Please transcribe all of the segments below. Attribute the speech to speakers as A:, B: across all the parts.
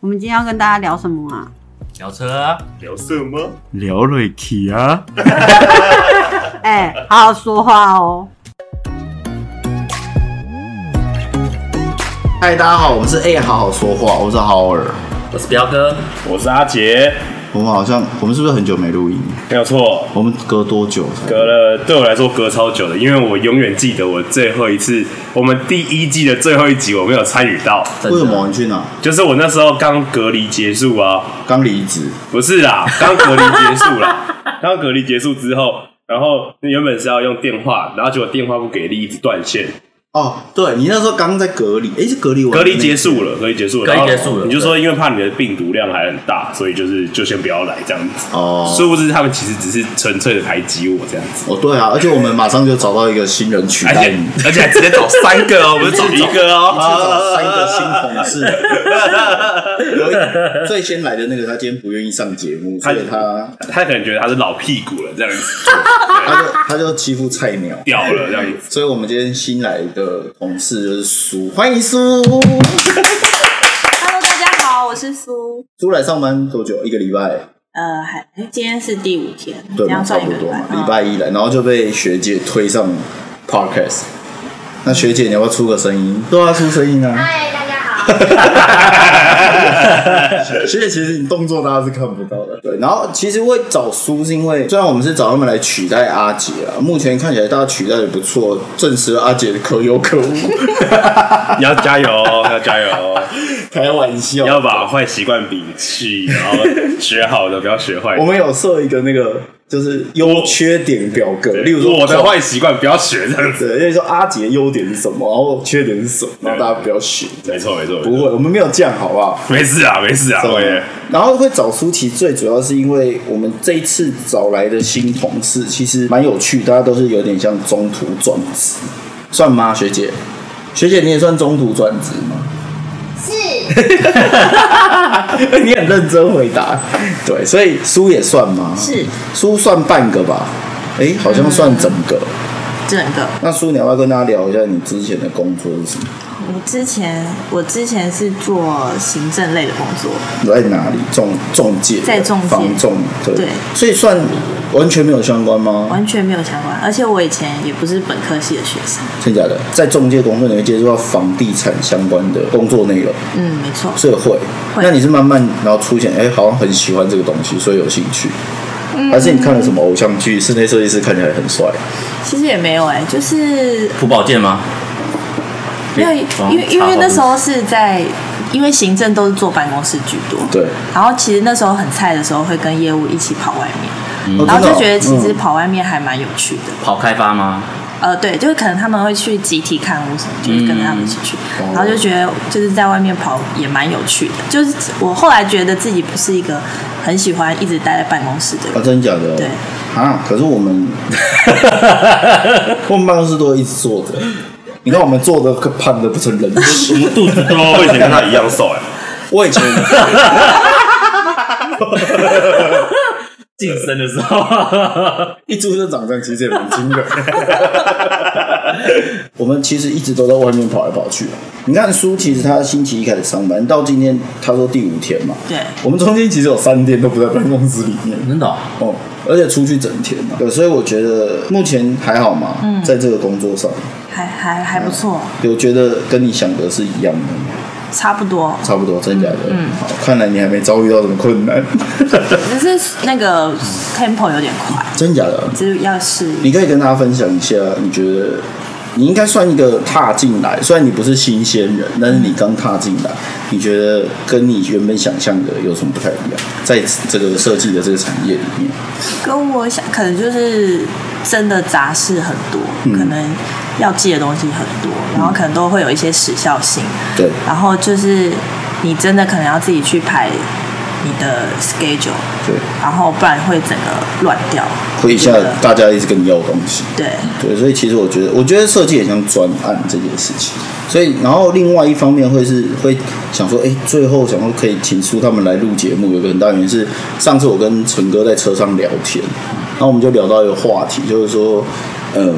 A: 我们今天要跟大家聊什么啊？
B: 聊车，
C: 聊色吗？
D: 聊瑞奇啊，
A: 哎、好好说话哦。
E: 嗨，大家好，我们是 A 好好说话，我是豪尔。
B: 我是彪哥，
C: 我是阿杰，
E: 我们好像，我们是不是很久没录音？
C: 没有错，
E: 我们隔多久？
C: 隔了对我来说隔超久的，因为我永远记得我最后一次，我们第一季的最后一集我没有参与到，
B: 真
E: 为
B: 的
E: 什么你去哪？
C: 就是我那时候刚隔离结束啊，
E: 刚离职，
C: 不是啦，刚隔离结束 啦，刚隔离结束之后。然后原本是要用电话，然后结果电话不给力，一直断线。
E: 哦，对你那时候刚在隔离，诶，是隔离完，
C: 隔离结，束了，隔离结束了，
B: 隔离
C: 然后
B: 结束了
C: 你就说因为怕你的病毒量还很大，所以就是就先不要来这样子。
E: 哦
C: 殊不知他们其实只是纯粹的排挤我这样子。
E: 哦，对啊，而且我们马上就找到一个新人取
C: 而
E: 代
C: 且
E: 你，
C: 而且还直接找三个 哦，不是找一个
E: 至少三个
C: 哦。
E: 新同事，有一个最先来的那个，他今天不愿意上节目，所以 他
C: 他可能觉得他是老屁股了，这样子
E: 他就他就欺负菜鸟，
C: 掉了这样子。
E: 所以我们今天新来的同事就是苏，欢迎苏。
F: Hello，大家好，我是苏。
E: 苏来上班多久？一个礼拜，
F: 呃，还今天是第五天，
E: 对
F: 这样
E: 嘛，差
F: 算一
E: 不
F: 个
E: 多嘛，礼
F: 嗯
E: 拜一来，然后就被学姐推上 podcast。那学姐，你要不要出个声音？对啊，出声音啊！
G: 嗨，大家好，
E: 学姐，其实你动作大家是看不到的。对，然后其实会找苏是因为，虽然我们是找他们来取代阿杰啊，目前看起来大家取代的不错，证实了阿杰的可有 可无。
C: 你 要加油哦，要加油哦，
E: 开玩笑，
C: 要把坏习惯摒弃，然后学好的，不要学坏的
E: 我。们有设一个那个就是优缺点表格，例如说
C: 我的坏习惯不要学这样子。
E: 对，因为说阿杰优点是什么，然后缺点是什么，然后大家不要学。
C: 没错，没错，
E: 不会，我们没有这样，好不好？
C: 没事啊，没事啊，我也
E: 然后会找舒淇，最主要是因为我们这一次找来的新同事其实蛮有趣，大家都是有点像中途转职，算吗？学姐，学姐你也算中途转职吗？
G: 是
E: 你很认真回答，对，所以苏也算吗？
F: 是
E: 苏算半个吧，诶，好像算整个。
F: 整个。
E: 那苏，你要不要跟大家聊一下你之前的工作是什么？
F: 我之前我之前是做行政类的工作，
E: 在哪里？中中介，
F: 在中介
E: 房仲，对，
F: 对
E: 所以算完全没有相关吗？
F: 完全没有相关。而且我以前也不是本科系的学生。
E: 真假的？在中介工作，你会接触到房地产相关的工作内容，
F: 嗯，没错。
E: 所以会。
F: 会
E: 那你是慢慢然后出现，哎、好像很喜欢这个东西，所以有兴趣。
F: 嗯
E: 还是你看了什么偶像剧？室内设计师看起来很帅，
F: 其实也没有哎、就是
B: 朴宝剑吗？
F: 没有，因为因
B: 查好
F: 为
B: 了
F: 那时候是在，因为行政都是做办公室居多。
E: 对。
F: 然后其实那时候很菜的时候，会跟业务一起跑外面，
E: 哦
F: 然后
E: 真的
F: 就
E: 哦
F: 觉得其实
E: 嗯
F: 跑外面还蛮有趣的。
B: 跑开发吗？
F: 呃，对，就是可能他们会去集体看屋什么，就是跟着他们一起去，然后就觉得就是在外面跑也蛮有趣的。就是我后来觉得自己不是一个很喜欢一直待在办公室的
E: 啊，
F: 人，
E: 真假的？
F: 对
E: 啊，可是我们 我们办公室都一直坐着，你看我们坐的胖的不成人形。
C: 肚子多。我以前跟他一样瘦哎，
E: 我以前
B: 晋升的时候，
E: 一出生长这样，其实也蛮惊人。 我们其实一直都在外面跑来跑去、啊。你看苏，其实他星期一开始上班，到今天他说第五天嘛。
F: 对
E: 我们中间其实有三天都不在办公室里面
B: 真的哦
E: 哦，而且出去整天嘛。对，所以我觉得目前还好嘛，在这个工作上，
F: 还还还不错，
E: 有觉得跟你想的是一样的吗，
F: 差不多。
E: 差不多，真假的？嗯，好，看来你还没遭遇到什么困难，
F: 只是那个 tempo 有点快，
E: 真假的啊？
F: 就是要适应。
E: 你可以跟大家分享一下，你觉得你应该算一个踏进来，虽然你不是新鲜人，但是你刚踏进来，你觉得跟你原本想象的有什么不太一样？在这个设计的这个产业里面，
F: 跟我想，可能就是真的杂事很多，可能要记的东西很多，然后可能都会有一些时效性。
E: 对
F: 然后就是你真的可能要自己去排你的 schedule，
E: 对，
F: 然后不然会整个乱掉。
E: 会一下
F: 我觉得
E: 大家一直跟你要东西，
F: 对，
E: 对，所以其实我觉得，我觉得设计很像专案这件事情。所以，然后另外一方面会是会想说，哎，最后想说可以请出他们来录节目，有个很大原因是上次我跟陈哥在车上聊天，然后我们就聊到一个话题，就是说呃，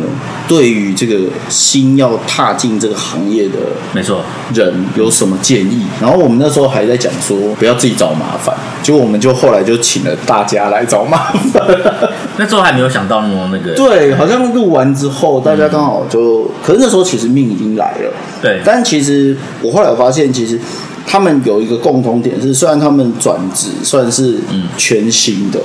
E: 对于这个新要踏进这个行业的
B: 没错，
E: 人有什么建议？然后我们那时候还在讲说不要自己找麻烦，结果我们就后来就请了大家来找麻烦。
B: 那时候还没有想到那么那个，
F: 啊
E: 对，好像录完之后，大家刚好就，可是那时候其实命已经来了。
B: 对
E: 但其实我后来发现，其实他们有一个共同点是，虽然他们转职算是全新的，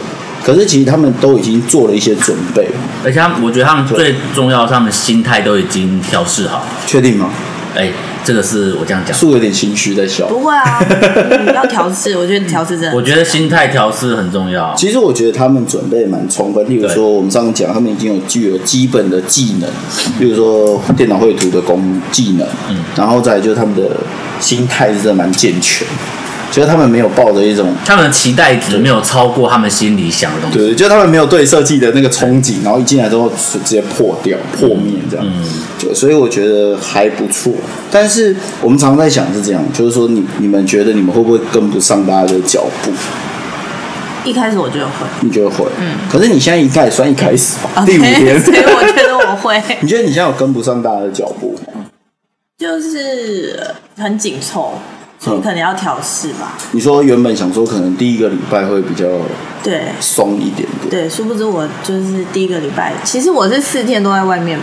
E: 可是其实他们都已经做了一些准备。
B: 而且他们，我觉得他们最重要，他们心态都已经调试好。
E: 确定吗？
B: 哎、这个是我这样讲，
E: 树有点心虚在笑。
F: 不会啊， 嗯要调试，我觉得调试真的。
B: 我觉得心态调试很重要。
E: 其实我觉得他们准备蛮充分，例如说我们上次讲，他们已经有具有基本的技能，例如说电脑绘图的功技能，嗯，然后再来就是他们的心态是真的蛮健全，就是他们没有抱着一种。
B: 他们的期待值没有超过他们心里想的东西。
E: 对，就是他们没有对设计的那个憧憬，然后一进来之后直接破掉、破灭这样，就所以我觉得还不错。但是我们常在想是这样，就是说你你们觉得你们会不会跟不上大家的脚步？
F: 一开始我觉得会，
E: 你觉得会？嗯。可是你现在应该也算一开始吧， 第五
F: OK，
E: 天，
F: 所以我觉得我会，
E: 你觉得你现在有跟不上大家的脚步吗？
F: 就是很紧凑，所以可能要调试吧。
E: 你说原本想说可能第一个礼拜会比较
F: 对
E: 松一点点，
F: 对，殊不知我就是第一个礼拜，其实我是四天都在外面，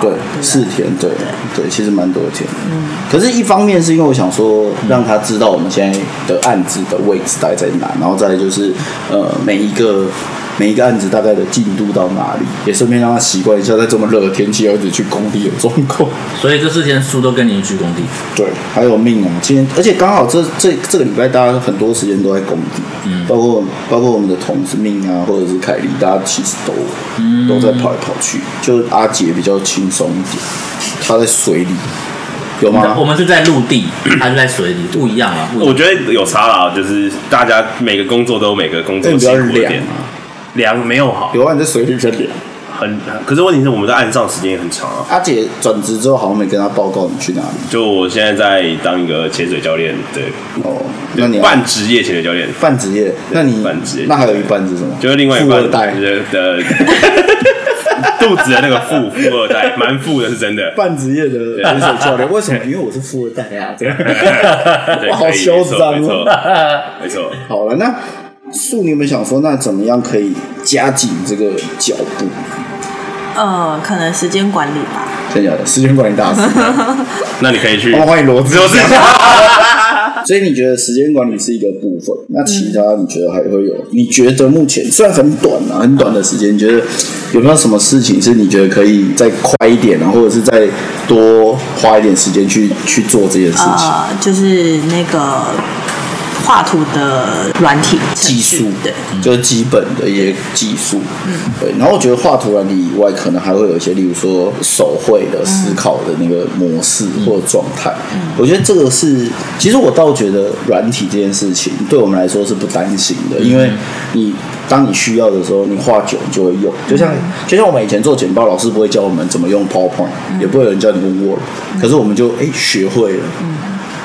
E: 对，四天，对对，其实蛮多天。嗯，可是一方面是因为我想说让他知道我们现在的案子的位置大概在哪，然后再来就是呃每一个。每一个案子大概的进度到哪里，也顺便让他习惯一下，在这么热的天气要一直去工地的状况。
B: 所以这四天书都跟你去工地，
E: 对，还有命啊！今天，而且刚好这这这个礼拜，大家很多时间都在工地，嗯，包括包括我们的同事命啊，或者是凯莉，大家其实都、
C: 嗯
E: 都在跑来跑去。就阿杰比较轻松一点，他在水里，有
B: 我们我
E: 吗？
B: 们就在陆地，他就在水里，不一样啊。不一
C: 我
B: 样
C: 觉得有差啦，就是大家每个工作都有每个工作
E: 但比
C: 辛
E: 较
C: 苦的
E: 凉
C: 点，嗯
E: 啊，
C: 凉没有好，
E: 有啊，你在水里比较凉。
C: 很可是问题是我们在岸上时间也很长啊。
E: 阿姐转职之后，好像没跟他报告你去哪里
C: 就我现在在当一个潜水教练，对，
E: 哦。那你要
C: 半职业潜水教练，
E: 半职业，那你
C: 半职业
E: 那还有一半是什么？
C: 就是另外一
E: 富
C: 半
E: 二代，
C: 的 的肚子的那个富富二代，蛮富的是真的。
E: 半职业的选手 教练。为什么？因为我是富二代啊，这样。
C: 对，
E: 哇
C: 可以
E: 好嚣张哦
C: 没错，没错，没错
E: 好了，那素你们想说，那怎么样可以加紧这个脚步？
F: 呃，可能时间管理吧。
E: 真假的，时间管理大师，
C: 那你可以去
E: 我。们欢迎罗志
C: 罗志
E: 祥。
C: 祥
E: 所以你觉得时间管理是一个部分，那其他你觉得还会有？你觉得目前虽然很短啊，很短的时间，你觉得有没有什么事情是你觉得可以再快一点啊，或者是再多花一点时间去去做这件事情？
F: 呃，就是那个画图的软体程
E: 技
F: 序
E: 术，
F: 对，
E: 就是基本的一些技术，嗯，对。然后我觉得画图软体以外，可能还会有一些，例如说手绘的思考的那个模式或者状态。我觉得这个是，其实我倒觉得软体这件事情对我们来说是不担心的，因为你当你需要的时候，你画久你就会用。就像就像我们以前做简报，老师不会教我们怎么用 PowerPoint，也不会有人教你用 Word，可是我们就哎学会了。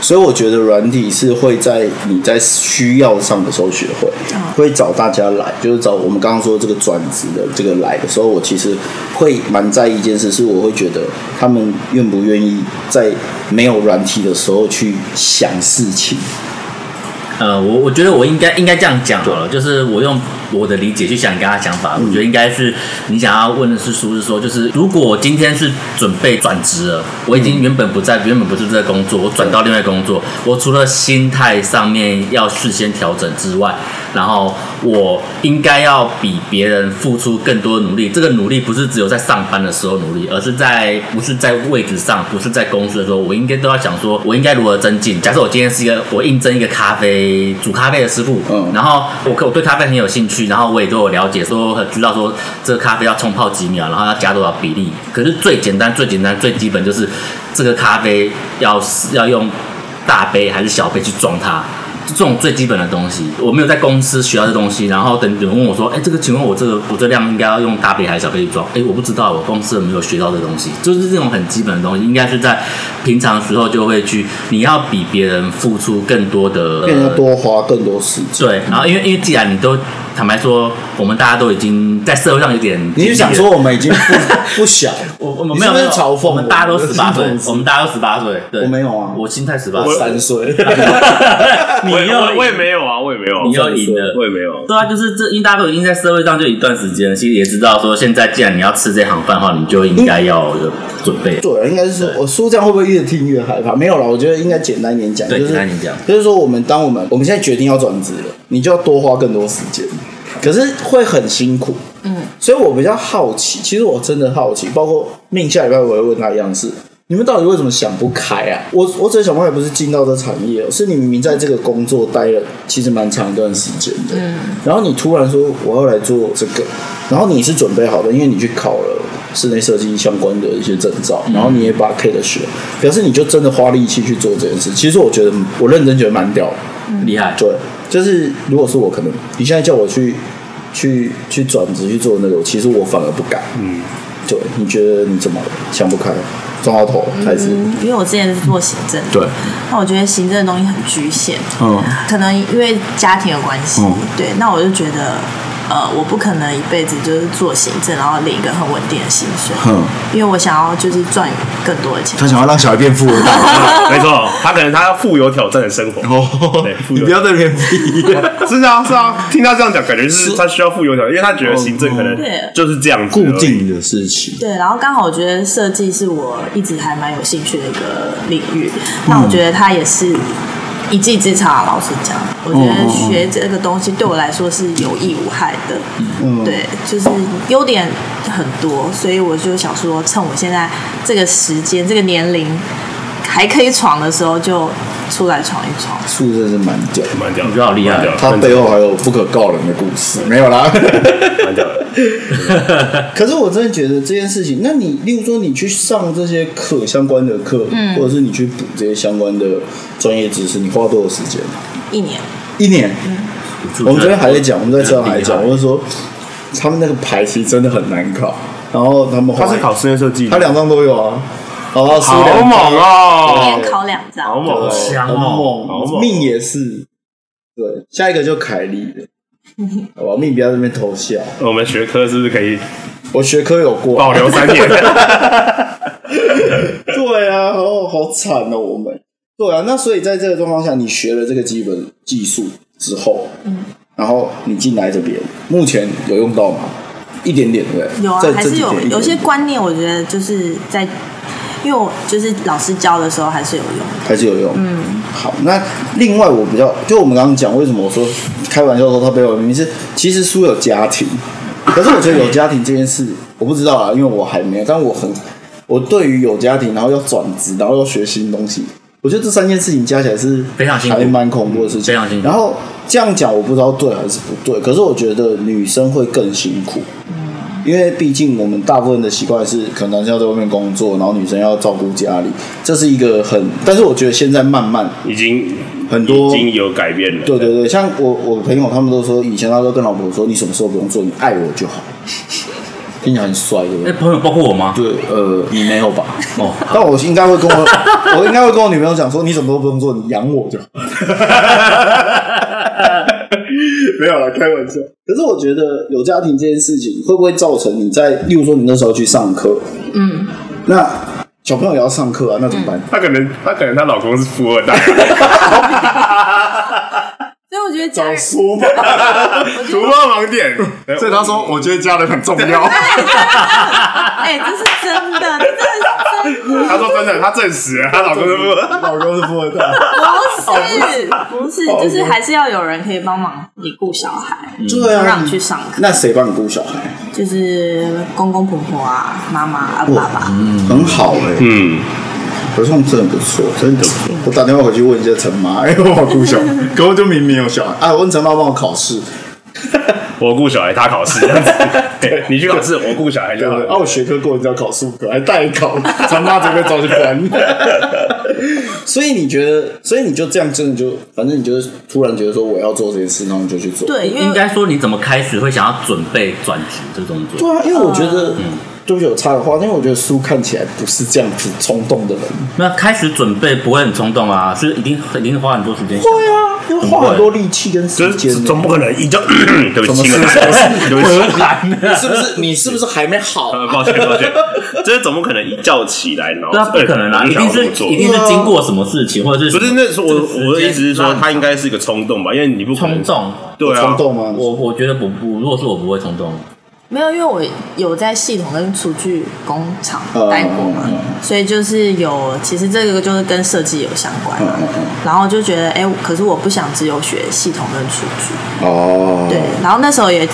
E: 所以我觉得软体是会在你在需要上的时候学会，会找大家来，就是找我们刚刚说这个转职的这个来的时候，我其实会蛮在意一件事，是我会觉得他们愿不愿意在没有软体的时候去想事情。
B: 呃，我我觉得我应该应该这样讲好了，就是我用我的理解去想你刚刚的想法，我觉得应该是你想要问的是叔是说，就是如果我今天是准备转职了，我已经原本不在，原本不是这个工作，我转到另外一个工作，我除了心态上面要事先调整之外，然后我应该要比别人付出更多的努力。这个努力不是只有在上班的时候努力，而是在不是在位置上，不是在公司的时候，我应该都要想说，我应该如何增进。假设我今天是一个我应征一个咖啡煮咖啡的师傅，
E: 嗯
B: 然后我可我对咖啡很有兴趣，然后我也都有了解，说很知道说这个咖啡要冲泡几秒，然后要加多少比例。可是最简单、最简单、最基本就是这个咖啡要要用大杯还是小杯去装它。这种最基本的东西，我没有在公司学到这东西，然后等有人问我说，哎、这个请问我这个我这量应该要用大杯还是小杯去装？哎、我不知道，我公司有没有学到这东西？就是这种很基本的东西，应该是在平常时候就会去，你要比别人付出更多的，
E: 变得多花更多时间。
B: 对，然后因为因为既然你都坦白说，我们大家都已经在社会上有点，
E: 你是想说我们已经不不小？
B: 我我们
E: 你
B: 没
E: 是
B: 有
E: 不是
B: 没有
E: 嘲讽
B: 我们大家都十八岁
E: 我是讽，刺
B: 我们大家都十八岁，对，
E: 我没有啊
B: 我心态十八
E: 我
B: 岁，
E: 三 岁，
B: 你
C: 我也
B: 又
C: 我我也没有啊，我也没有啊，
B: 你又赢了
C: 我也没有。
B: 对啊，就是这，因为大家都已经在社会上就一段时间了，其实也知道说，现在既然你要吃这行饭的话，你就应该要有准备。
E: 对，应该是说，我说这样会不会越听越害怕？没有啦，我觉得应该简单一点讲，
B: 对
E: 就是
B: 简单一点讲
E: 就是说我们当我们我们现在决定要转职了，你就要多花更多时间，可是会很辛苦。嗯，所以我比较好奇，其实我真的好奇，包括命下礼拜我会问他一样事。你们到底为什么想不开啊？我我只想不开不是进到这产业哦，是你明明在这个工作待了其实蛮长一段时间的，然后你突然说我要来做这个，然后你是准备好的，因为你去考了室内设计相关的一些证照，然后你也把 K 的学，表示你就真的花力气去做这件事。其实我觉得我认真觉得蛮屌的，
B: 厉害，
E: 对，就是如果是我，可能你现在叫我去去去转职去做那个，其实我反而不敢。嗯，对，你觉得你怎么了想不开，撞到头还是？
F: 嗯因为我之前是做行政，
D: 对，
F: 那我觉得行政的东西很局限，
D: 嗯，
F: 可能因为家庭的关系，
D: 嗯
F: 对，那我就觉得，呃，我不可能一辈子就是做行政，然后领一个很稳定的薪水，
D: 哼，
F: 因为我想要就是赚更多的钱。
D: 他想要让小孩变富二 代。
C: 啊 没错，他可能他要富有挑战的生活。
D: 哦
C: 对，富
D: 你
C: 有
D: 不要在那边逼。
C: 是啊，是啊，听他这样讲，感觉是他需要富有挑战，因为他觉得行政可能
F: 对
C: 就是这样子而
D: 固
C: 已
D: 定的事情，
F: 对，然后刚好我觉得设计是我一直还蛮有兴趣的一个领域，那我觉得它也是一技之长啊。老实讲，我觉得学这个东西对我来说是有益无害的。嗯，对，就是优点很多，所以我就想说，趁我现在这个时间、这个年龄还可以闯的时候，就出来闯一闯。
E: 素真是蛮屌的，
C: 蛮屌的，
B: 我觉得好厉害
C: 蛮屌的
E: 他背后还有不可告人的故事，没有 啦。
C: 蛮屌的。
E: 可是我真的觉得这件事情，那你例如说你去上这些课相关的课，或者是你去补这些相关的专业知识，你花多少时间？
F: 一年，
E: 一年？
C: 嗯
E: 我们
C: 啊
E: 昨天还在讲，我们在车上还在讲，
B: 很厉
E: 我就说他们那个牌其实真的很难考，然后他们
C: 他是考室内设计的，
E: 他两张都有啊，然后输
C: 好
E: 两
C: 猛
F: 一
C: 哦，
F: 年考两张
C: 好。猛哦，
B: 香
E: 很
B: 哦
C: 好
E: 猛，
C: 猛
E: 命也是，对，下一个就凯莉了，好吧，命不要在那边偷笑，
C: 我们学科是不是可以
E: 我学科有过，
C: 保留三年？
E: 对啊，好好惨哦，我们。对啊，那所以在这个状况下，你学了这个基本技术之后，嗯，然后你进来这边，目前有用到吗？一点点，对不对？
F: 有啊
E: 在，
F: 还
E: 这
F: 是
E: 几
F: 有
E: 点
F: 有
E: 一
F: 些
E: 点点
F: 观念，我觉得就是在，因为我就是老师教的时候还是有用。
E: 还是有用。嗯，好，那另外我比较，就我们刚刚讲，为什么我说开玩笑说他背后明明是，其实书有家庭，可是我觉得有家庭这件事，我不知道啊，因为我还没有，但我很，我对于有家庭，然后要转职，然后要学新东西，我觉得这三件事情加起来是
B: 非常辛苦
E: 还蛮恐怖的事情，
B: 非常辛苦
E: 然后这样讲，我不知道对还是不对，可是我觉得女生会更辛苦。因为毕竟我们大部分的习惯是，可能男生要在外面工作，然后女生要照顾家里，这是一个很，但是我觉得现在慢慢，
C: 已经
E: 很多
C: 已经有改变了，
E: 对对对，像我我朋友他们都说，以前他都跟老婆说，你什么时候不用做，你爱我就好，听起来很帅，对不
B: 哎，
E: 对？
B: 朋友包括我吗？
E: 对，呃，你没有吧？
B: 哦，
E: 但我应该会跟我，我应该会跟我女朋友讲说，你什么都不用做，你养我就好。没有啦，开玩笑。可是我觉得有家庭这件事情，会不会造成你在，例如说你那时候去上课，嗯，那小朋友也要上课啊，那怎么办？
F: 嗯
C: 她可能她可能她老公是富 二代，
F: 所以我觉得家人，
E: 说吧，
C: 突破盲 点，
D: 所以他说，我觉得家人很重要。
F: 哎、这是真的，这真的是真的，
C: 他说真的，他证实了她 老公是富二代。
E: 老公是富二代，
F: 不是不是，就是还是要有人可以帮忙你顾小孩，
E: 对啊，
F: 让你去上课，
E: 那谁帮你顾小孩？
F: 就是公公婆婆啊、妈妈啊、爸爸，
E: 很好哎、欸，
C: 嗯，
E: 合唱真的不错，真的。我打电话回去问一下陈妈，哎、我顾小孩，可我就明明有小孩，啊，我问陈妈帮我考试，
C: 我顾小孩，他考试， 这样子对你去考试，我顾小孩就好
E: 对，
C: 了。
E: 啊，我学科过，你只要考数科，还代考， 他妈直接被抓去关。 所以你觉得，所以你就这样，真的就，反正你就是突然觉得说我要做这件事，然后你就去做。
F: 对，因为
B: 应该说你怎么开始会想要准备转职这个动作？
E: 对啊，因为我觉得，
F: 嗯
E: 对不起，我插个话，因为我觉得书看起来不是这样子冲动的人。
B: 那开始准备不会很冲动啊，是一定一定花很多时间想。
E: 对啊，有要花很多力气跟时
C: 就是
E: 间
C: 总
E: 呢。
C: 总不可能一就 对不起，亲
E: 怎么
C: 个
E: 是
C: 痰，对不起。
E: 你是不是你是不是还没好？
C: 呃，抱歉抱歉，这是总不可能一觉起来，然后
B: 对啊，不可能啦，
C: 二
B: 一
C: 十
B: 定
C: 四小时
B: 是
C: 不做
B: 一定是经过什么事情，或者是
C: 不是，那是我我的意思是说，他应
B: 该
C: 该是一个冲动吧，因为你不可能
B: 冲动。
C: 对啊
E: 冲，动吗？
B: 我我觉得不不，如果是我不会冲动，
F: 没有，因为我有在系统跟厨具工厂
E: 嗯
F: 待过嘛，
E: 嗯
F: 所以就是有，其实这个就是跟设计有相关啊、然后就觉得，哎、可是我不想只有学系统跟厨具，
E: 哦，
F: 对。然后那时候也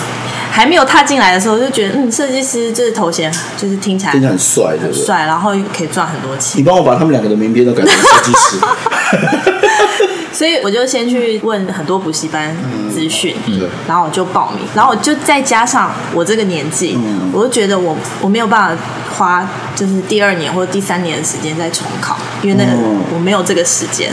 F: 还没有踏进来的时候，就觉得，嗯，设计师这头衔就是听起来
E: 真的很帅，对
F: 很
E: 不对？
F: 帅，然后又可以赚很多
E: 你
F: 钱，
E: 帮我把他们两个的名片都改成设计师，
F: 所以我就先去问很多补习班资讯，
E: 对
F: 然后我就报名，然后我就再加上我这个年纪，
E: 嗯
F: 我就觉得我我没有办法花就是第二年或者第三年的时间再重考，因为那个、
E: 嗯
F: 我没有这个时间，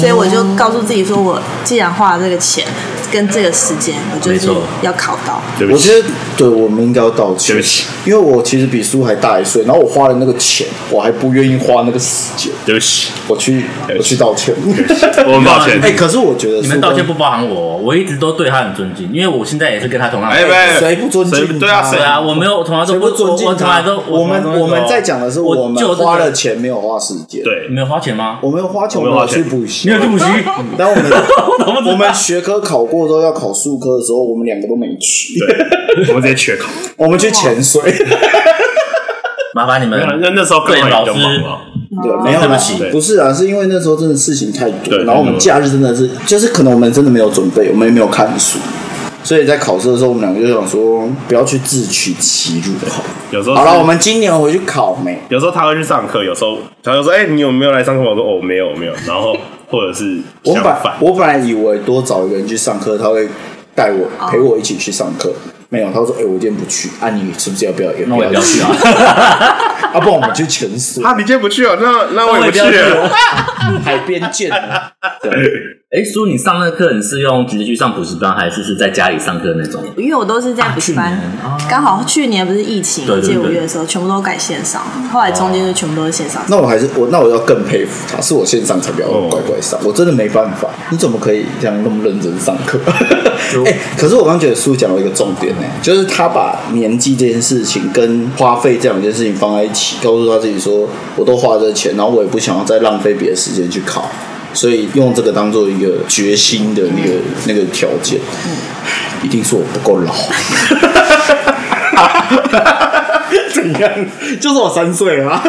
F: 所以我就告诉自己说，我既然花了这个钱跟这个时间，我就
B: 没
F: 是
B: 错
F: 要考到。
C: 对不
E: 我
C: 起，
E: 觉得对我们应该要道歉，
C: 对不起，
E: 因为我其实比苏还大一岁，然后我花了那个钱，我还不愿意花那个时间，
C: 对不起，
E: 我去
C: 对
E: 我
C: 不
E: 去
C: 起
E: 道歉。
C: 我很抱歉。
E: 哎，可是我觉得
B: 你
E: 苏
B: 们
E: 跟
B: 道歉不包含我，我一直都对他很尊敬，因为我现在也是跟他同样的。
C: 哎不
E: 哎
C: 哎
E: 谁不尊
C: 谁
E: 敬你？
C: 对啊
B: 对啊，我没有，我从来都
E: 谁
B: 不
E: 不尊敬
B: 我我
E: 他
B: 从来都
E: 我们
B: 从来都
E: 我们在讲的是
B: 我
E: 我
B: 就
E: 们
B: 是
E: 花了，钱，没有花时间。，
C: 对
B: 你，们有花钱吗？
E: 我们花钱，我
C: 我
E: 们
C: 们花
E: 有
C: 钱
E: 去补习，
B: 你有去补习？
E: 但我们
B: 怎么知道
E: 我们学科考过之后要考数科的时候，我们两个都没去，
C: 我们直接缺口。
E: 我们去潜水。
B: 麻烦你们
C: 没有啦那那时候
B: 对啊
C: 刚好
B: 老
C: 也比较忙
B: 师
C: 嘛，
E: 对，没有啦
B: 对不起
E: 哦不是啊，是因为那时候真的事情太多，
C: 对
E: 然后我们假日真的是，就是可能我们真的没有准备，我们也没有看书，所以在考试的时候，我们两个就想说，嗯不要去自取其辱好了。
C: 有时候
E: 好
C: 是
E: 了，我们今年回去考没？
C: 有时候他会去上课，有时候他就说：“哎、你有没有来上课？”我说：“哦，没有，没有。”然后或者是
E: 我
C: 相
E: 本
C: 反，
E: 我本来以为多找一个人去上课，他会带我陪我一起去上课，没有，他说，哎、我今天不去，啊，你是不是要不要？也
B: 那我也不要去啊，
E: 啊，不，我们去潜水，
C: 啊，你今天不去啊？那那我也不去
B: 那我也不要啊
C: 了。
E: 海边见啊。
B: 哎，叔，你上那课你是用直接去上补习班，还是是在家里上课那种？
F: 因为我都是在补习班
B: 啊去年啊，
F: 刚、好去年不是疫情，
B: 对对
F: 借
B: 对
F: 五月的时候全部都改线上，后来中间就全部都是线上。
E: 那我还是我，那我要更佩服他，是我线上才不要
C: 哦
E: 乖乖上，我真的没办法。你怎么可以这样那么认真上课？
B: 就
E: 哎、可是我刚觉得苏讲了一个重点呢、就是他把年纪这件事情跟花费这两件事情放在一起，告诉他自己说，我都花了这钱，然后我也不想要再浪费别的时间去考，所以用这个当做一个决心的那个、那个条件。一定是我不够老。 怎样？就是我三岁啊。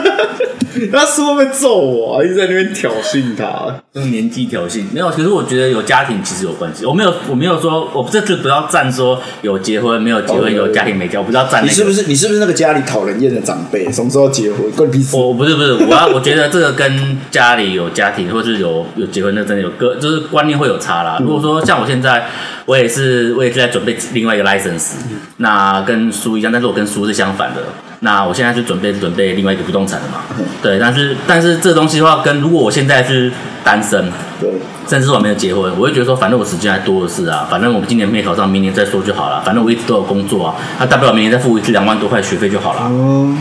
E: 那是会不会揍我、啊？一直在那边挑衅他。
B: 用年纪挑衅没有，可是我觉得有家庭其实有关系。我没有，我没有说，我这次不要站说有结婚没有结
E: 哦
B: 婚，有家庭没家，我不知道站
E: 你
B: 那
E: 是不
B: 个。
E: 是你是不是那个家里讨人厌的长辈？什么时候结婚？关你屁事！
B: 我我不是不是，我要我觉得这个跟家里有家庭或是有有结婚的真的有个就是观念会有差
E: 嗯
B: 啦。如果说像我现在，我也是我也是在准备另外一个 license，那跟书一样，但是我跟书是相反的。那我现在是准备准备另外一个不动产的嘛，
E: 嗯
B: 对，但是但是这东西的话，跟如果我现在是单身，
E: 对，
B: 甚至我没有结婚，我会觉得说，反正我时间还多的是啊，反正我们今年没考上，明年再说就好了。反正我一直都有工作啊，那大不了明年再付一次两万多块学费就好了。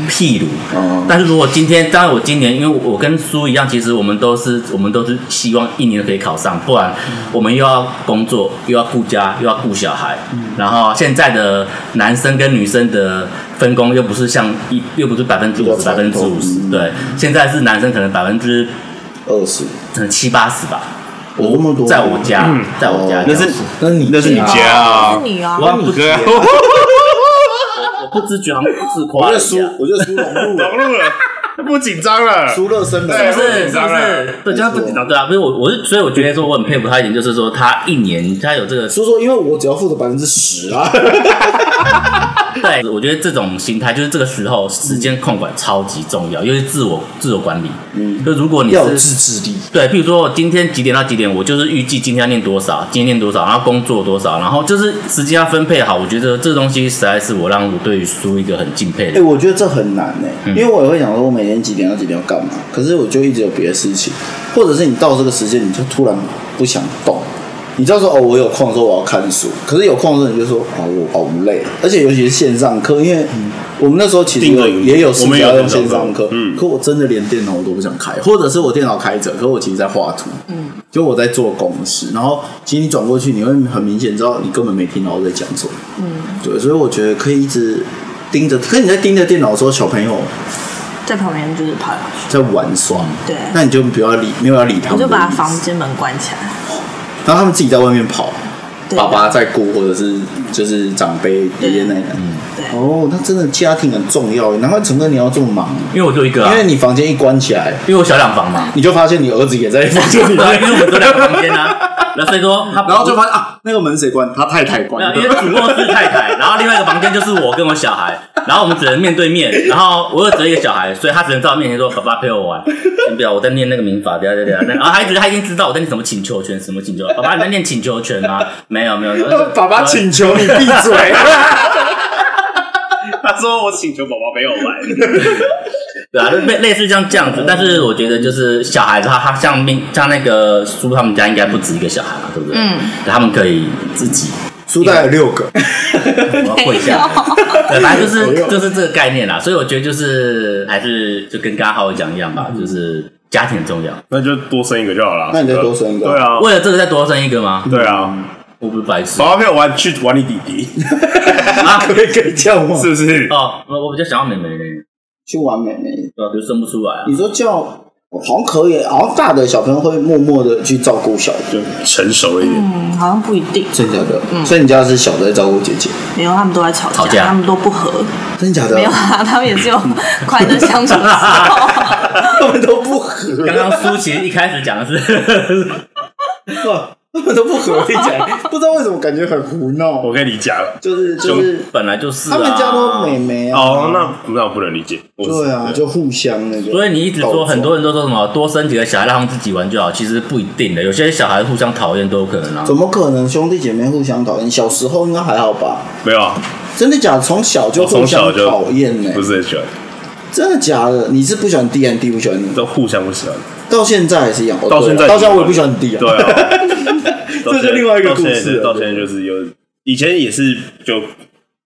B: 譬如
E: 哦，
B: 但是如果今天，当然我今年，因为我跟苏一样，其实我们都是我们都是希望一年可以考上，不然
E: 嗯
B: 我们又要工作，又要顾家，又要顾小孩。
E: 嗯
B: 然后现在的男生跟女生的分工又不是像一又不是百分之五
E: 比
B: 十、
E: 较
B: 百
E: 传
B: 分之
E: 统嗯
B: 五十，对，现在是男生可能百分之
E: 二十，
B: 可能七八十吧。
E: 有那么多？
B: 在我家，在我家
E: 哦，
C: 那是
E: 那是你
C: 那是你家
F: 是
C: 啊，
F: 你啊，
B: 我不
C: 对啊，
B: 我不知觉好像自
E: 我
B: 夸
E: 觉
B: 了
E: 得
B: 一
E: 苏
B: 下，，
E: 我觉得苏融入了，
C: 融入了，不紧张啊了。
E: 苏热身
C: 对
E: 了，
B: 是不是？
C: 紧
B: 是
C: 张
B: 不
C: 了
B: 是？对，就是不紧张，对啊，不是我，我是，所以我觉得说我很佩服他一点，就是说他一年他有这个，
E: 苏说，因为我只要负责百分之十啊。
B: 对，我觉得这种心态就是这个时候时间控管超级重要，因为自我自我管理，嗯，就如果你
E: 要有
B: 是
E: 自制力，
B: 对，譬如说我今天几点到几点，我就是预计今天要念多少，今天念多少，然后工作多少，然后就是时间要分配好，我觉得这东西实在是我让我对于书一个很敬佩
E: 哎、
B: 的，
E: 我觉得这很难哎、因为我也会想说，我每天几点到几点要干嘛，可是我就一直有别的事情，或者是你到这个时间，你就突然不想动。你知道说哦，我有哦空的时候我要看书，可是有空的时候你就说啊、我好无累，而且尤其是线上课，因为我们那时候其实
C: 定个
E: 有也有
C: 我
E: 试
C: 们
E: 着
C: 也有
E: 要用
C: 电脑
E: 线上课
C: 课，嗯
E: 可我真的连电脑我都不想开，或者是我电脑开着，可我其实在画图，嗯，就我在做公式，然后其实你转过去，你会很明显知道你根本没听到我在讲什么，嗯，对，所以我觉得可以一直盯着，可你在盯着电脑的时候，小朋友
F: 在旁边就是跑来跑去，
E: 在玩耍，
F: 对
E: 那你就不要理，没有要理他们
F: 我
E: 的意思，
F: 就把房间门关起来。
E: 然后他们自己在外面跑，
F: 对
E: 爸爸在顾，或者是就是长辈爷爷奶奶。
F: 对
E: 哦，那真的家庭很重要耶，难怪陈哥你要这么忙，
B: 因为我就一个、啊，
E: 因为
B: 因
E: 你房间一关起来，
B: 为我小两房嘛，
E: 你就发现你儿子也在房间里
B: 对啊，因为我
E: 面，
B: 们只有两个房间 啊，那所以说他，
D: 然后就发现啊，那个门谁关？他太太
B: 没
D: 关
B: 有，
D: 的
B: 因。为主卧是太太，然后另外一个房间就是我跟我小孩，然后我们只能面对面，然后我又只有一个小孩，所以他只能在我面前说：“爸爸陪我玩。”哎先不要，我在念那个民法，等一下等一下等一下。然后他一直他已经知道我在念什么请求权，什么请求，爸爸你在念请求权吗？没有没有，然后 就
D: 爸爸请求你闭嘴。
C: 他说我请求宝宝陪我玩。
B: 对啊，就类类似像这样子，但是我觉得就是小孩子他他像命像那个叔他们家应该不止一个小孩嘛，对不对？嗯，他们可以自己
E: 书袋有六个，
B: 我要跪下。 对，反正就是就是这个概念啦，所以我觉得就是还是就跟刚刚浩伟讲一样
E: 嗯
B: 吧，就是家庭很重要。
C: 那就多生一个就好了。
E: 那你再多生一个
C: 对啊，
B: 为了这个再多生一个吗？
C: 对啊，
B: 我不是白痴
E: 哦
C: 宝宝陪我玩，去玩你弟弟，啊
B: 啊！
E: 可以可以叫吗？
C: 是不是？
B: 哦，我我比较想要妹妹呢，
E: 去玩妹妹，
B: 对吧？就生不出来啊。
E: 你说叫好像可以，好像大的小朋友会默默的去照顾小的，
C: 就成熟一点，
F: 嗯，好像不一定，
E: 真的假的？所以你家是小的在照顾姐姐，
F: 没有他们都在吵架，
B: 吵架
F: 他们都不和，
E: 真的假的
F: 没？有啊， 他们也是有快乐相处的时候。
E: 他们都不合，
B: 刚刚苏琪一开始讲的是，
E: 哇他们都不合，听起来不知道为什么感觉很胡闹
C: 我。可以理解了。
E: 就是就是
B: 本来就是啊
E: 他们家都美眉啊，
C: 哦，那那我不能理解。我
E: 对啊，就互相那个。
B: 所以你一直
E: 斗
B: 说
E: 争
B: 很多人都说什么多生几个小孩让他们自己玩就好，其实不一定的，有些小孩互相讨厌都有可能啊
E: 怎。么可能兄弟姐妹互相讨厌？小时候应该还好吧？
C: 没有啊，
E: 真的假的？从小就
C: 我
E: 互
C: 哦从
E: 相
C: 小就
E: 讨厌欸呢
C: 不？是很喜欢，
E: 真的假的？你是不喜欢弟还是弟不喜欢你？
C: 都互相不喜欢。
E: 到现在还是一样，哦
C: 到
E: 对啊
C: 现在
E: 到现在我也不喜欢弟啊。
C: 对 啊，到
E: 这
C: 现在
E: 就另外一个故
C: 到现
E: 事
C: 在
E: 了
C: 到现在就是有，以前也是就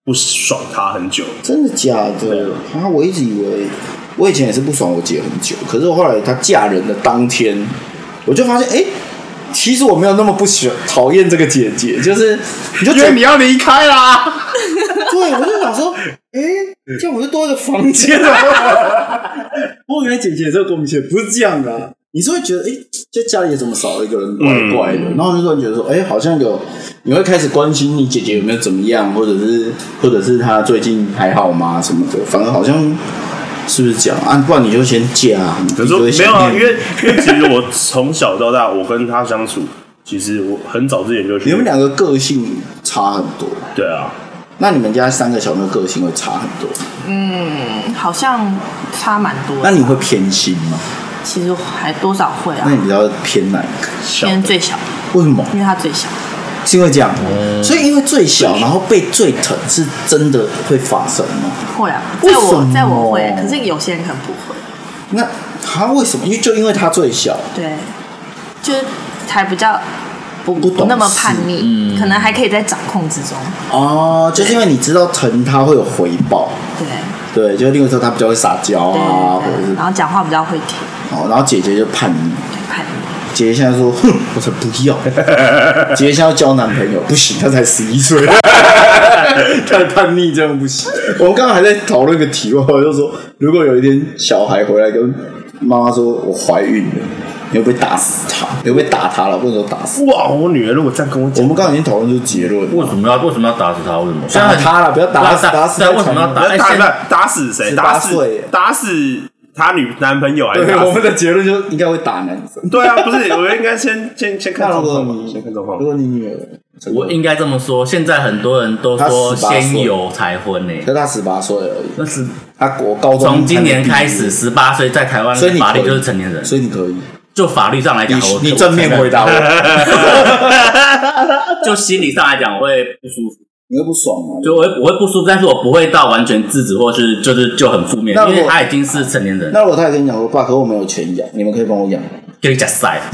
C: 不爽他很久，
E: 真的假的？啊，我一直以为我以前也是不爽我姐很久，可是我后来她嫁人的当天，我就发现，哎、其实我没有那么不喜欢讨厌这个姐姐，就是你就
D: 因
E: 觉得
D: 为你要离开啦。
E: 对，我就想说，哎、
C: 嗯
E: 这样我就多一个房间啊 了。不过原来姐姐这个光明不是这样的、啊，你是会觉得，哎、就家里怎么少了一个人，怪怪
C: 嗯
E: 的。然后就突然觉得说，哎、好像有，你会开始关心你姐姐有没有怎么样，或者是，或者是她最近还好吗什么的。反而好像是不是这样啊？不然你就先嫁、啊，你
C: 可是
E: 就
C: 我
E: 会
C: 没有啊，
E: 想
C: 因
E: 念
C: 为因为其实我从小到大，我跟他相处，其实我很早之前就
E: 你
C: 去
E: 们两个个性差很多。
C: 对啊，
E: 那你们家三个小朋友个性会差很多，
F: 嗯，好像差蛮多的。
E: 那你会偏心吗？
F: 其实还多少会啊
E: 那，你比较偏哪一个？
F: 因为最小，
E: 为什么？
F: 因为他最小。
E: 是因为这样，所以因为最小，然后被最疼，是真的会发生吗？
F: 会啊，
E: 为
F: 在
E: 什
F: 我
E: 么
F: 在我会，可是有些人可能不会。
E: 那他为什么？因为就因为他最小，
F: 对，就是才比较不
E: 不懂
F: 那么
E: 事
F: 叛逆，
E: 嗯
F: 可能还可以在掌控之中。
E: 哦，就是因为你知道疼他会有回报，
F: 对
E: 对，就例如说他比较会撒娇
F: 对，
E: 啊，或者
F: 对
E: 是
F: 然后讲话比较会听，
E: 哦，然后姐姐就叛逆，
F: 对叛逆。
E: 姐姐现在说，哼，我才不要，姐姐现在要交男朋友，不行，她才十一岁，太叛逆，这样不行。我们刚刚还在讨论一个题外话，就说如果有一天小孩回来跟妈妈说我怀孕了，你会不会打死他？你会不会打他了？不能说打死。
C: 哇，我女儿如果这样跟我
E: 我
C: 讲，
E: 们刚刚已经讨论出结论了，
B: 为什么要为什么要打死他？为什么？
E: 打他了，不要打死，
B: 对啊
E: 打死
B: 对啊
E: 太
B: 为什么要打
E: 残
B: 哎
C: 打
B: 现
C: 打打死谁？
E: 18
C: 打
E: 岁
C: 死
E: 耶
C: 打死他女男朋友还
E: 忍
C: 是
E: 对，
C: 打
E: 我
C: 死
E: 们？的结论就是应该会打男生。
C: 对啊，不是，我应该先先先看
E: 那如
C: 状
E: 果
C: 况嘛，
E: 你
C: 先看状况
E: 如。果你女儿，
B: 我应该这么说，现在很多人都说
E: 他18岁
B: 先有才婚呢、
E: 可是她十八岁而已，
B: 那是
E: 她国高中
B: 从今年
E: 还没毕业
B: 开始，十八岁在台湾
E: 所以你
B: 法律
E: 可以
B: 就是成年人，
E: 所以你可以。
B: 就法律上来
E: 你
B: 讲，我
E: 你正面回，答我，
B: 我 就心理上来讲我会不舒服，
E: 你会不爽吗？
B: 就我会我会不舒服，但是我不会到完全制止或是就是就很负面
E: 那，如
B: 因
E: 果
B: 为他已经是成年人，
E: 那如果他也跟你讲说，爸，可我没有钱养，你们可以帮我养吗。
B: 可以假塞。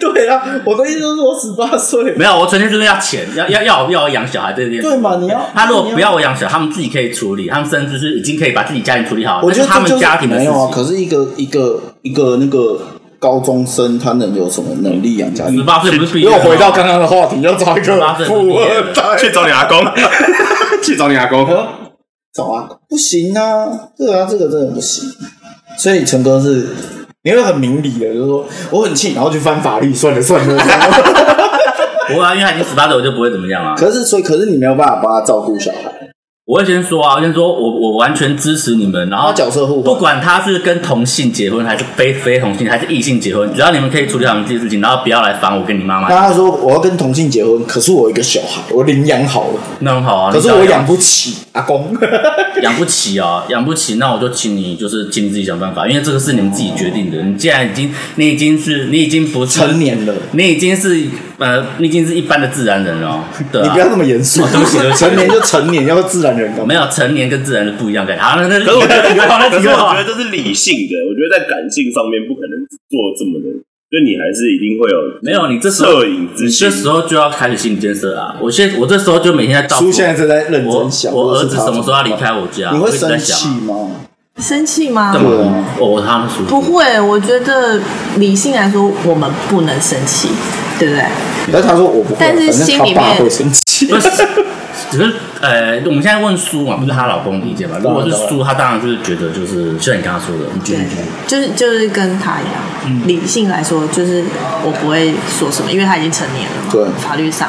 E: 对啊，我的意思就是我十八岁，
B: 没有，啊我纯粹就是要钱，要要要要我养小孩这件事。
E: 对嘛你要
B: 他如果不要我养小孩，他们自己可以处理，他们甚至是已经可以把自己家庭处理好，
E: 我觉得
B: 那是他
E: 这就
B: 们
E: 是
B: 家庭的事
E: 没
B: 情。
E: 有啊。可是一个一个一个那个高中生，他能有什么能力养家
B: 十
E: 庭？
B: 八岁不是毕业
E: 又
B: 了吗？
E: 回到刚刚的话题，要找一个
B: 18岁是
E: 富
B: 毕业
E: 二
B: 了
E: 代
C: 去找你阿公，去找你阿公。
E: 找啊，不行啊，对啊，这个真的不行。所以陈哥是你会很明理的，就是说我很气，然后去翻法律，算了算了。算了
B: 不会啊，因为他已经十八岁，我就不会怎么样啊。
E: 可是所以可是你没有办法帮他照顾小孩，
B: 我会先说啊，我先说我我完全支持你们，然后
E: 他角色互
B: 不
E: 换。
B: 管他是跟同性结婚，还是非非同性，还是异性结婚，只要你们可以处理好你自己的事情，然后不要来烦我跟你妈妈，
E: 那他说我要跟同性结婚，可是我有一个小孩，我领养好了，
B: 那很好啊。
E: 可
B: 你只
E: 是
B: 要
E: 我养不起阿公。
B: 养不起啊，养不起，那我就请你就是请你自己想办法，因为这个是你们自己决定的。你既然已经你已经是你已经不是
E: 成，年了，
B: 你已经是呃你已经是一般的自然人了哦，对、啊，
E: 你不要那么严肃。
B: 哦对不起对不起
E: 成年就成年，要自然人干嘛
B: 没？有成年跟自然是不一样的。好，那那
C: 可是我觉得，
B: 那
C: 可是我觉得这是理性的。我觉得在感性上面不可能做这么的，就你还是一定会有
B: 没有你这时候
C: 摄影之
B: 你
C: 心
B: 这。时候就要开始心理建设啊！我现我这时候就每天在倒
E: 叔
B: 数，
E: 现在正在认
B: 我
E: 真想，
B: 我
E: 或
B: 儿
E: 者
B: 子
E: 是
B: 什
E: 他
B: 么时候要离开我家？
E: 你会
B: 我一直在
E: 生
B: 想啊
E: 气吗？
F: 生气吗？
B: 干嘛
E: 对啊？
B: 我我他们叔
F: 不会，我觉得理性来说，我们不能生气，对不对？
E: 但他说我不会，
F: 但是
E: 反正
F: 心里
E: 他爸
F: 面
E: 会生气。
B: 不是，只是呃，我们现在问叔嘛，不是她老公的意见嘛？如果是叔，他当然就是觉得就是，就像你刚刚说的，你觉得
F: 对，就是就是跟他一
E: 嗯
F: 样，理性来说，就是我不会说什么，因为他已经成年了嘛，
E: 对
F: 法律上。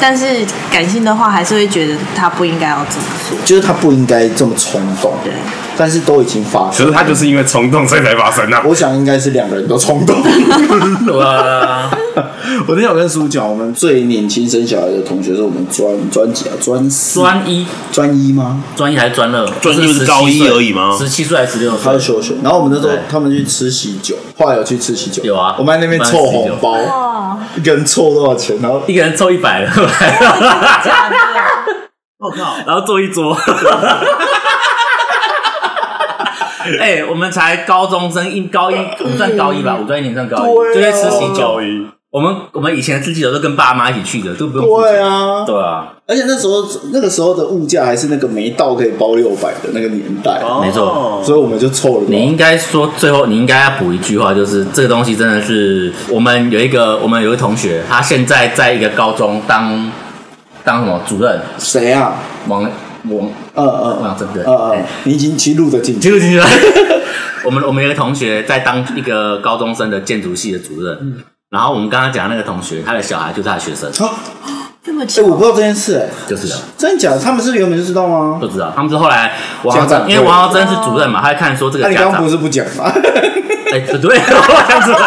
F: 但是感性的话，还是会觉得他不应该要这么做。
E: 就是他不应该这么冲动，
F: 对，
E: 但是都已经发
C: 可
E: 生
C: 是
E: 了。
C: 他就是因为冲动，所以才发生啊。
E: 我想应该是两个人都冲 动。
B: 哇，
E: 我那天有跟叔讲，我们最年轻生小孩的同学是我们专专几啊？专四
B: 专一
E: 专一吗？
B: 专一还是专二？
C: 专一不是高一而已吗
B: 十七岁还是十六
E: 他
B: 岁
E: 是？休学，然后我们那时候
B: 对
E: 他们去吃喜酒，后来有去吃喜酒，
B: 有啊
E: 我们在那边凑红包，
F: 哇，
E: 一个人凑多少钱？然后
B: 一个人凑一百了，
F: 假的
E: 我靠，
B: 然后坐一桌。哎、我们才高中生，一高一，我们算高一
E: 嗯
B: 吧，五专一年算高
E: 啊
B: 一，就在吃喜酒
C: 高。一
B: 我们我们以前吃喜酒都跟爸妈一起去的，都不用付
E: 对
B: 钱。
E: 啊，
B: 对啊，
E: 而且那时候那个时候的物价还是那个没到可以包六百的那个年代，
B: 没
C: 哦
B: 错
E: 所以我们就凑了。
B: 你应该说最后，你应该要补一句话，就是这个东西真的是我们有一个我们有一个同学，他现在在一个高中当当什么主任，
E: 谁啊？
B: 王王
E: 嗯嗯
B: 王正对，哎
E: 嗯嗯，你已经去录的进去，
B: 个进去了。 我们我们有一个同学在当一个高中生的建筑系的主任，然后我们刚刚讲的那个同学，他的小孩就是他的学生，
E: 啊，
F: 这么巧
E: 哎，我不知道这件事，哎，
B: 就是的。
E: 真的假的？他们是原本就知道吗
B: 不？知道，他们是后来王
E: 家
B: 浩
E: 长
B: 珍，因为王浩珍是主任嘛，他在看说这
E: 那
B: 个
E: 你
B: 家
E: 刚刚
B: 长
E: 不，是不讲吗？
B: 哎， 对，我想知道。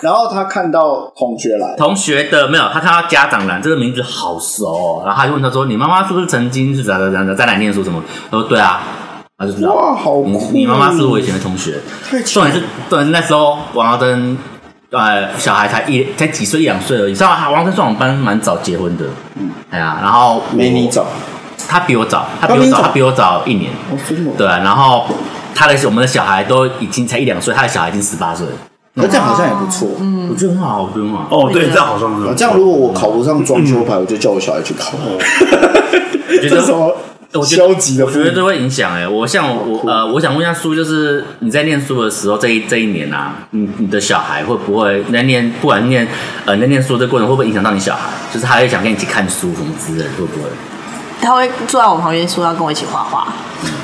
E: 然后他看到同学来，
B: 同学的没有，他看到家长栏这个名字好熟、哦，然后他就问他说：“你妈妈是不是曾经是咋咋咋咋在哪念书什么？”他说：“对啊。”他就知道。
E: 哇，好
B: 你
E: 酷！
B: 你妈妈是我以前的同学。
E: 太
B: 重
E: 强
B: 点是，重点是那时候王耀登，呃，小孩才一才几岁一两岁而已。知道吗王耀登算我们班蛮早结婚的，嗯，哎呀，然后我
E: 没你早，
B: 他比我早，他比
E: 他比
B: 我
E: 你
B: 早，
E: 早
B: 他比我早一年，
E: 哦，真的哦。
B: 对，然后他的我们的小孩都已经才一两岁，他的小孩已经十八岁了，
E: 那这样好像也不错。
B: 我觉得很好，我觉得很好。
C: 哦，对，这样好像是
E: 这样如果我考不上装修牌，我就叫我小孩去考。
B: 觉得
E: 这是什么
B: 我觉得
E: 消极的
B: 我
E: 父
B: 觉得
E: 母？
B: 这会影响哎、我像我呃，我想问一下苏，就是你在念书的时候，这一这一年啊，你你的小孩会不会你在念，不管念呃你在念书的过程，会不会影响到你小孩？就是他会想跟你一起看书什么之类的，会不会？
F: 他会坐在我旁边说要跟我一起画画，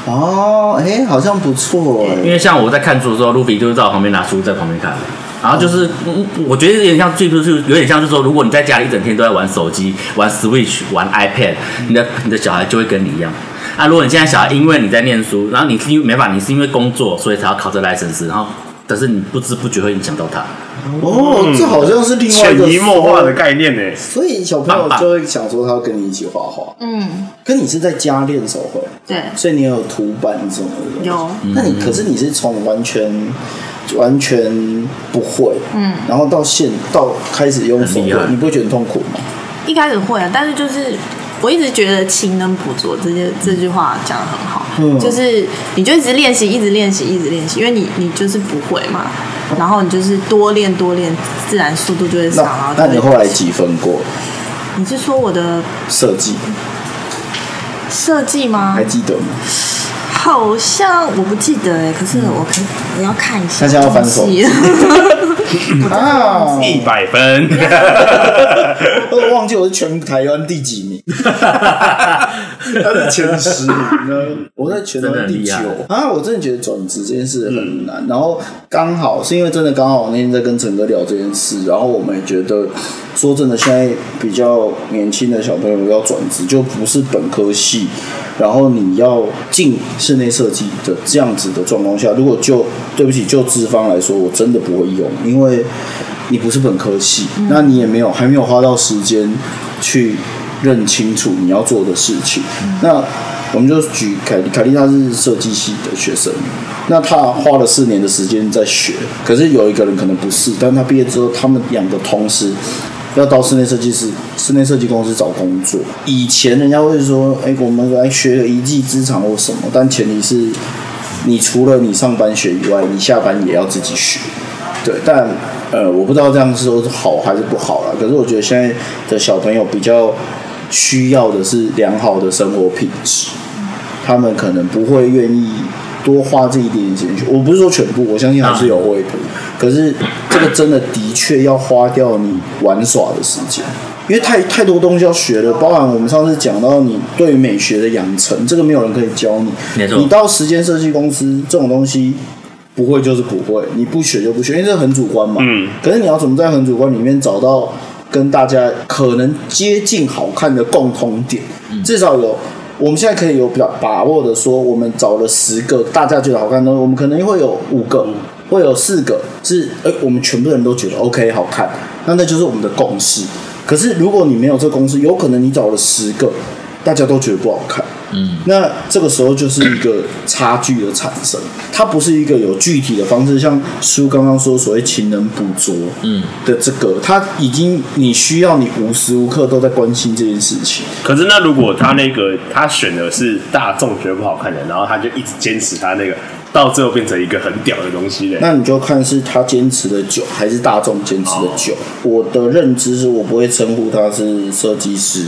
E: 哦，哎，好像不错
B: 因
E: 哎。
B: 为像我在看书的时候，卢比就是在我旁边拿书在旁边看，然后就是、嗯我觉得有点像，就是有点像是说，如果你在家里一整天都在玩手机、玩 Switch、玩 iPad，你的你的小孩就会跟你一样。啊，如果你现在小孩因为你在念书，然后你是因为没办法，你是因为工作，所以才要考这 license，然后但是你不知不觉会影响到他。
E: 哦，这好像是另外一
C: 潜
E: 个
C: 移默化的概念呢。
E: 所以小朋友就会想说他要跟你一起画画，
F: 嗯，
E: 可你是在家练手绘，
F: 对，
E: 所以你有图板什么的。
F: 有，
E: 那你可是你是从完全完全不会，嗯，然后到现到开始用手
B: 很厉
E: 绘
B: 害，
E: 你不会觉得很痛苦吗？
F: 一开始会啊，但是就是我一直觉得“勤能补拙”这些这句话讲的很好，
E: 嗯
F: 就是你就一直练习，一直练习，一直练习，因为你你就是不会嘛，然后你就是多练多练，自然速度就会上，然后
E: 那
F: 就
E: 那
F: 会
E: 你后来几分过
F: 你是说我的
E: 设计？
F: 设计吗
E: 还？记得吗？
F: 好像我不记得哎、可是我可以我要看一下。
E: 嗯那现在要翻手
F: 东西
E: 啊，
C: 一百 分，
E: 我都忘记我是全台湾第几名， 他是前十名呢，我在全台湾第九
B: 真的很厉
E: 啊！我真的觉得转职这件事很难。然后刚好是因为真的刚好我那天在跟陈哥聊这件事，然后我们也觉得说真的，现在比较年轻的小朋友要转职，就不是本科系，然后你要进室内设计的这样子的状况下，如果就对不起就资方来说，我真的不会用，因为。你不是本科系，那你也没有还没有花到时间去认清楚你要做的事情。那我们就举凯莉，凯莉她是设计系的学生，那她花了四年的时间在学，可是有一个人可能不是，但她毕业之后，他们两个同时。要到室内设计师、室内设计公司找工作。以前人家会说：“哎、我们来学个一技之长或什么。”但前提是，你除了你上班学以外，你下班也要自己学。对，但呃，我不知道这样说是好还是不好啦。可是我觉得现在的小朋友比较需要的是良好的生活品质，他们可能不会愿意多花这一点点钱去。我不是说全部，我相信还是
B: 啊
E: 有会补，可是这个真的的确要花掉你玩耍的时间。因为太太多东西要学了，包含我们上次讲到你对于美学的养成，这个没有人可以教你。
B: 没错
E: 你到时间设计公司这种东西，不会就是不会，你不学就不学，因为这很主观嘛。
C: 嗯。
E: 可是你要怎么在很主观里面找到跟大家可能接近好看的共通点？至少有，我们现在可以有比较把握的说，我们找了十个大家觉得好看的东西，我们可能会有五个，会有四个是哎、我们全部人都觉得 OK 好看，那那就是我们的共识。可是如果你没有这公式，有可能你找了十个，大家都觉得不好看。嗯，那这个时候就是一个差距的产生，它不是一个有具体的方式，像书刚刚说所谓勤能补拙，嗯的这个，它已经你需要你无时无刻都在关心这件事情，
C: 可是那如果他那个他选的是大众觉得不好看的，然后他就一直坚持他那个，到最后变成一个很屌的东西嘞。
E: 那你就看是他坚持的久，还是大众坚持的久。我的认知是我不会称呼他是设计师，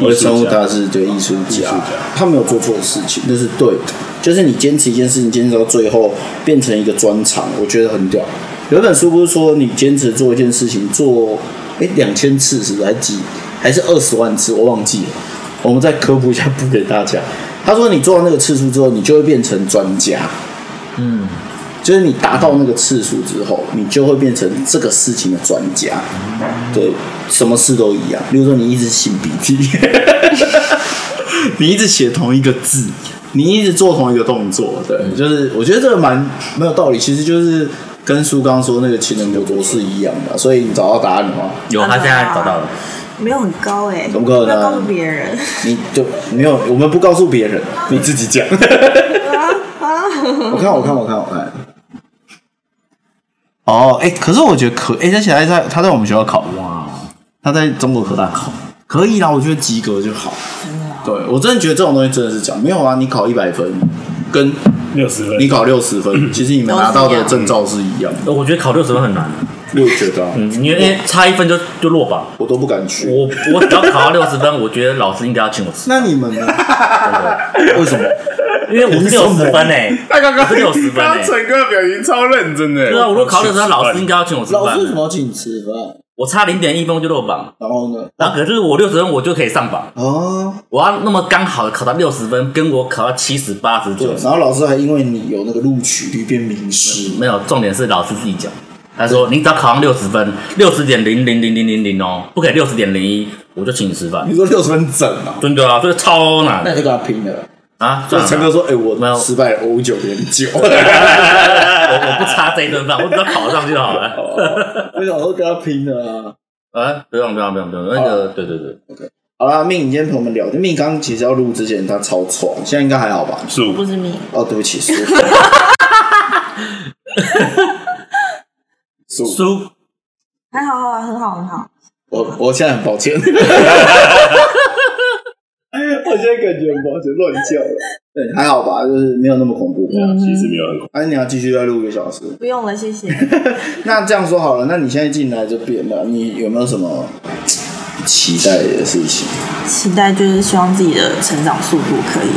E: 我会称呼他是对艺术
C: 艺术
E: 家
C: 家。
E: 他没有做错事情，那是对的。就是你坚持一件事情，坚持到最后变成一个专长，我觉得很屌。有一本书不是说你坚持做一件事情做，哎，两千次是不是还几还是二十万次，我忘记了。我们再科普一下，补给大家。他说你做到那个次数之后，你就会变成专家。就是你达到那个次数之后，你就会变成这个事情的专家。对，什么事都一样。比如说，你一直擤鼻涕， 你一直写同一个字，你一直做同一个动作，对，就是我觉得这个蛮蛮有道理。其实就是跟苏刚说那个情人捕捉是一样的，啊所以你找到答案的话，
B: 有，他现在找到了，
F: 没有很高哎、欸，
E: 怎么可能
F: 不要告诉别人
E: 你就没有，我们不告诉别人，你自己讲。啊我看，我看，我看，我看。哦，哎、可是我觉得可，哎、他现在在他在我们学校考，哇，他在中国科大考，可以啦，我觉得及格就好。对，我真的啊觉得这种东西真的是讲没有啊，你考一百分，跟
C: 六十分
E: 你考六十 分，其实你们拿到的证照是一样的。
B: 我觉得考六十分很难，
E: 我也觉得、啊，
B: 嗯，因为因为差一分就就落榜。
E: 我都不敢去。
B: 我我只要考到六十分，我觉得老师应该要请我吃，
E: 那你们 呢？为什么？
B: 因为我是六十分欸诶、
C: 他刚刚
B: 我是六十分
C: 刚
B: 诶、
C: 刚陈哥的表情超认真的。
B: 对啊，我如果考六十分，老师应该要请我吃
E: 老
B: 饭
E: 师为什
B: 的。
E: 么要请你吃饭？
B: 我差零点一分就落榜，
E: 然后呢？
B: 然后可是我六十分我就可以上榜。
E: 哦，
B: 我要那么刚好考到六十分，跟我考到七十、八十、
E: 对
B: 九，十，
E: 然后老师还因为你有那个录取率变名师，
B: 没有。重点是老师自己讲，他说你只要考上六十分，六十点零零零零零零哦，不可以六十点零一，我就请你吃饭
E: 你。说六十分整啊，
B: 真的啊，这个超难
E: 那你就跟他拼了。
B: 啊！
E: 所以陈
B: 算了
E: 哥说：“哎、我
B: 没有
E: 失败了，我五九点 九。
B: 我我不差这一顿饭，我只要考上就好了。
E: 哦”我想说跟他拼了啊。
B: 啊，不用不用不用不用，那个对对对，
E: 好啦，命，你今天陪我们聊。命刚刚其实要录之前他超喘，现在应该还好吧？
C: 数
F: 不是你，
E: 哦，对不起， 叔。叔，
B: 输
F: 还 好还好，很好很好。
E: 我我现在很抱歉。哎我现在感觉很抱歉，乱叫了。对，还好吧，就是没有那么恐怖。
C: 其实没有很恐
E: 哎、你要继续再录一个小时。
F: 不用了，谢谢。
E: 那这样说好了，那你现在进来这边了，你有没有什么期待的事情？
F: 期待就是希望自己的成长速度可以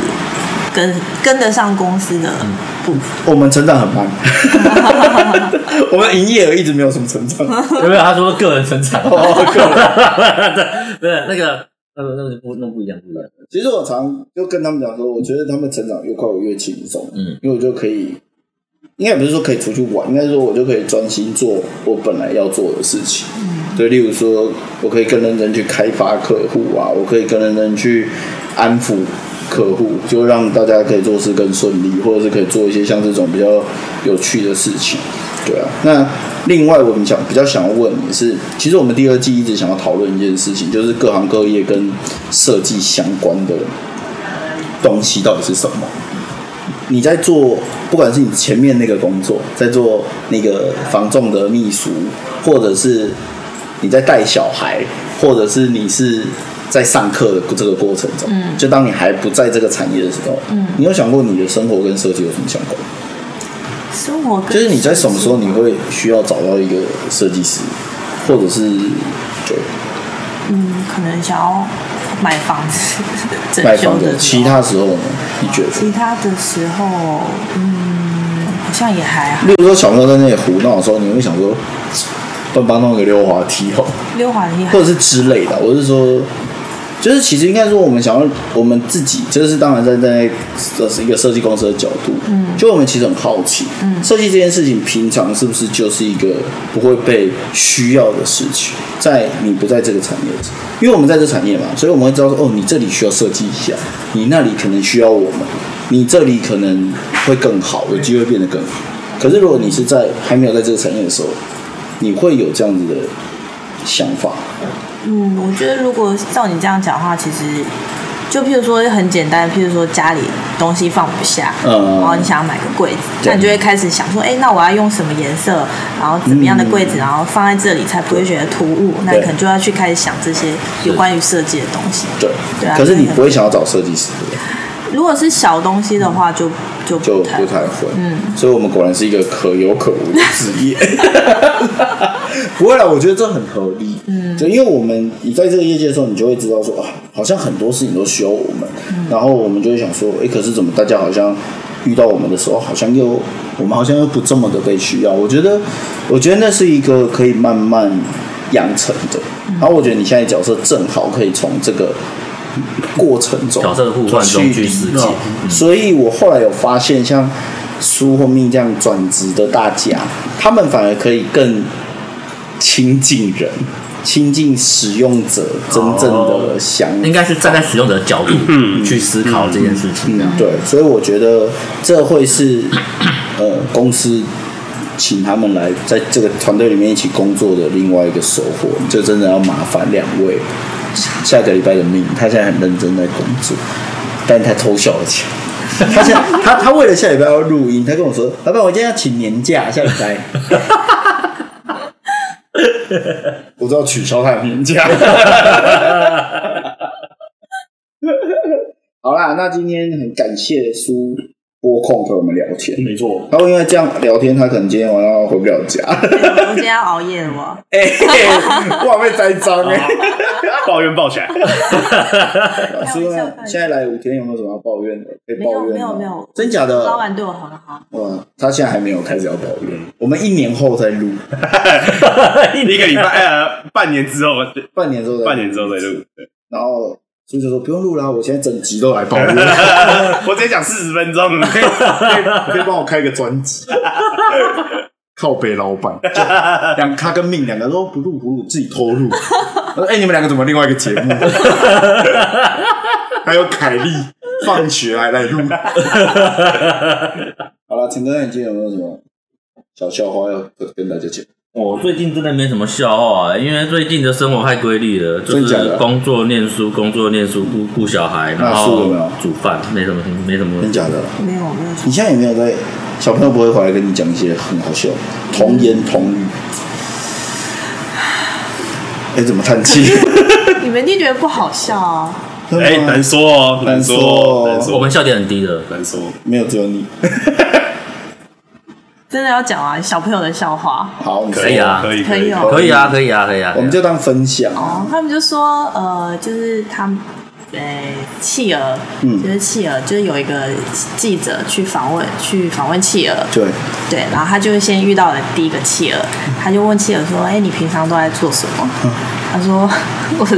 F: 跟跟得上公司的
E: 嗯
F: 步伐。
E: 我们成长很慢， 我们营业额一直没有什么成长。
B: 有没有？他说个人生产，
E: 哦
B: 个人对，那个，那个，那个不，那不一样，不一样。
E: 其实我常就跟他们讲说，我觉得他们成长越快，我越轻松。
B: 嗯，
E: 因为我就可以，应该也不是说可以出去玩，应该说我就可以专心做我本来要做的事情。嗯，对，例如说，我可以更认真去开发客户啊，我可以更认真去安抚客户，就让大家可以做事更顺利，或者是可以做一些像这种比较有趣的事情。对啊，那另外我们想比较想要问你是，其实我们第二季一直想要讨论一件事情，就是各行各业跟设计相关的东西到底是什么？你在做，不管是你前面那个工作，在做那个房仲的秘书，或者是你在带小孩，或者是你是在上课的这个过程中，
F: 嗯
E: 就当你还不在这个产业的时候，你有想过你的生活跟设计有什么相关？
F: 生活跟
E: 就是你在什么时候你会需要找到一个设计师，或者是对
F: 嗯，可能想要买房 子整
E: 卖
F: 修
E: 房
F: 的
E: 的
F: 时候
E: 其他时候呢？你觉得？
F: 其他的时候，嗯，好像也还好。
E: 例如说小朋友在那里胡闹的时候，你会想说，帮帮弄个溜滑梯哦，
F: 溜滑梯还
E: 或者是之类的。我是说，就是其实应该说，我们想要我们自己，就是当然站在这是一个设计公司的角度，嗯，就我们其实很好奇，嗯，设计这件事情平常是不是就是一个不会被需要的事情，在你不在这个产业的时候，因为我们在这产业嘛，所以我们会知道说，哦，你这里需要设计一下，你那里可能需要我们，你这里可能会更好，有机会变得更好。可是如果你是在还没有在这个产业的时候，你会有这样子的想法，
F: 嗯，我觉得如果照你这样讲的话，其实就譬如说很简单，譬如说家里东西放不下，
E: 嗯
F: 然后你想要买个柜子，
E: 对
F: 那你就会开始想说，哎、那我要用什么颜色，然后怎么样的柜子，然后放在这里才不会觉得突兀，那你可能就要去开始想这些有关于设计的东西。
E: 对，
F: 对啊
E: 可是你不会想要找设计师，
F: 如果是小东西的话，就就
E: 就
F: 不太
E: 不太会。嗯，所以我们果然是一个可有可无的职业。不会啦，我觉得这很合理。嗯，就因为我们你在这个业界的时候，你就会知道说啊，好像很多事情都需要我们，然后我们就会想说，哎，可是怎么大家好像遇到我们的时候，好像又我们好像又不这么的被需要。我觉得，我觉得那是一个可以慢慢养成的。然后我觉得你现在角色正好可以从这个过程中
B: 角色的互换中去嗯实践
E: 所以我后来有发现，像苏或命这样转职的大家，他们反而可以更亲近人，亲近使用者真正
B: 哦
E: 的想法
B: 应该是站在使用者的角度去思考这件事情。
E: 嗯，对，所以我觉得这会是呃公司请他们来在这个团队里面一起工作的另外一个收获，这真的要麻烦两位下个礼拜的命，他现在很认真在工作，但他偷笑了起来。他现在他他为了下礼拜要录音，他跟我说：“老板，我今天要请年假，下礼拜。” 我知道取消他的年假。 好啦，那今天很感谢苏播控陪我们聊天。
C: 怖，没错。
E: 然后因为这样聊天，他可能今天晚上回不了 家。
F: 我今天要熬夜了我。
E: 哎、哇，被栽赃哎！
C: 哦抱怨抱起来，
E: 所以呢，现在来五天有没有什么要抱怨的？可以抱怨吗
F: 没有没有没有
E: 真假的？
F: 老板对我很好，
E: 哇，他现在还没有开始要抱怨，我们一年后再录，
C: 一个礼拜呃，半年之后，
E: 半年之后再录
C: 半年之后再录。对
E: 然后苏就说不用录啦，我现在整集都来 抱怨，
C: 我直接讲四十分钟，
E: 可以帮我开个专 辑。靠北老板，就两他跟命两个都不录不录，自己偷 录。他说：“哎、你们两个怎么另外一个节目？ 还有凯莉放学还来录。” 好了，陈哥，你今天有没有什么小笑话要跟大家讲？
B: 我最近真的没什么笑话、因为最近的生活太规律了，就
E: 真假
B: 是
E: 的
B: 工作、念书、工作、念书、顾顾小孩，然
E: 输了
B: 后
E: 没有
B: 煮饭，没什么，没什么
E: 真。假的？
F: 没有没有。
E: 你现在有没有在？小朋友不会回来跟你讲一些很好笑童言童语？哎、怎么叹气？
F: 你们一定觉得不好笑啊？
E: 真
C: 哎
E: 的，吗
C: 难说哦，难
E: 难
C: 说
E: 说
C: 哦，
E: 哦
C: 难说，
B: 我们笑点很低的，
C: 难说。
E: 没有，只有你。
F: 真的要讲啊，小朋友的笑话
E: 好，你说
B: 可以啊
C: 可以
F: 可以哦。
B: 可以啊，可以啊，可以啊。
E: 我们就当分享。
F: 哦，他们就说呃，就是他们。呃，企鹅，
E: 嗯
F: 就是企鹅，就是有一个记者去访问，去访问企鹅，
E: 对，
F: 对，然后他就先遇到了第一个企鹅，
E: 嗯
F: 他就问企鹅说：“哎、你平常都在做什么？”他说：“ 我在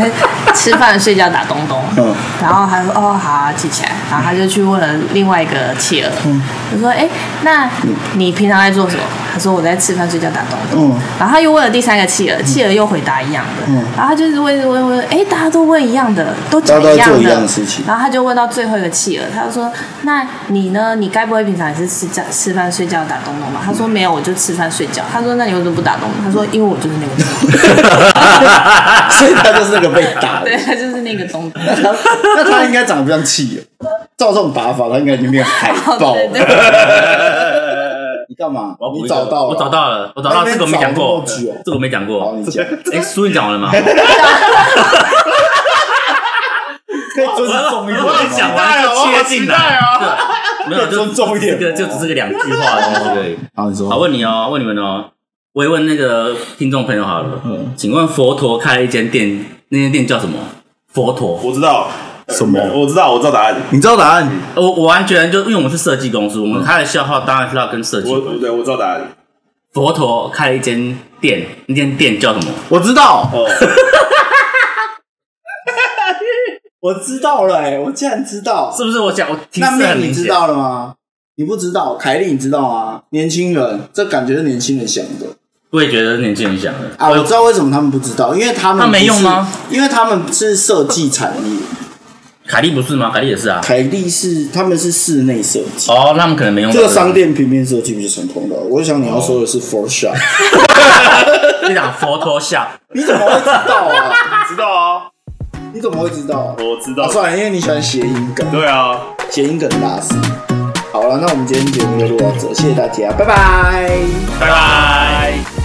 F: 在吃饭、睡觉、打东东。”
E: 嗯
F: 然后他说：“哦，好、啊，记起来。”然后他就去问了另外一个企鹅，
E: 嗯
F: 他说：“哎、那你平常在做什么？”他说：“我在吃饭、睡觉、打东东。”
E: 嗯，
F: 然后他又问了第三个企鹅，企鹅又回答一样的，然后他就是问问问，哎，大家都问一样的，都
E: 大
F: 讲
E: 家都在
F: 样
E: 做
F: 的，
E: 一样的事情
F: 然后他就问到最后一个企鹅，他就说：“那你呢？你该不会平常也是吃觉、吃饭、睡觉、打东东吧？”他说：“没有，我就吃饭睡觉。”他说：“那你为什么不打东东？”他说：“因为我就是那个东东。
E: 所以他就是那个被打”的
F: 对，。他就是那个东东。
E: 那他 那他应该长得不像企鹅，照这种打法，他应该已经变海豹
F: 对对
E: 了。
F: 对
E: 你干嘛
B: 我要？补
E: 你
B: 一个
E: 找到了？
B: 我找。到了，我找到
E: 那
B: 这
E: 边
B: 个我没讲过
E: 找那么久，
B: 这个我没讲
E: 好，
B: 过
E: 你。讲，
B: 哎，书你讲完了吗？
E: 可以尊重一点吗。
B: 讲完
E: 哦
B: 就切进来，哦对，没有就
E: 尊重一点
B: 这个就只是个两句话的东西而已。
E: 好，你
B: 好，
E: 说。
B: 问你哦，问你们哦，我也问那个听众朋友好了，
E: 嗯
B: 请问佛陀开了一间店，那间店叫什么？佛陀，
C: 我知道
E: 什么
C: 我知道，我知道答案。
E: 你知道答案？
B: 我我完全就因为我们是设计公司，我们开的笑话当然是要跟设计。
C: 我对，我知道答案。
B: 佛陀开了一间店，那间店叫什么？
E: 我知道，
C: 哦，
E: 我知道了，哎，我竟然知道。
B: 是不是我讲我提示
E: 那
B: 很
E: 面
B: 明
E: 你知
B: 显？
E: 道了吗？你不知道，凯莉你知道吗？年轻人，这感觉是年轻人想的
B: 我也觉得年轻人想的。
E: 啊！我知道为什么他们不知道，因为他们
B: 他没
E: 不是
B: 用吗？
E: 因为他们是设计产业，
B: 凯莉不是吗？凯莉也是啊。
E: 凯莉是他们是室内设计。
B: 哦，那他们可能没用到
E: 这个
B: 个
E: 商店平面设计不是成功的，我想你要说的是 Photoshop，
B: 你讲佛陀下，
E: 你怎么会知道啊？
C: 知道啊，
E: 你怎么会知道啊？
C: 我知
E: 啊
C: 道。
E: 算了，因为你喜欢谐音梗，
C: 对啊，
E: 谐音梗大师。好了，那我们今天节目就录到这，谢谢大家，拜拜。
C: 拜拜。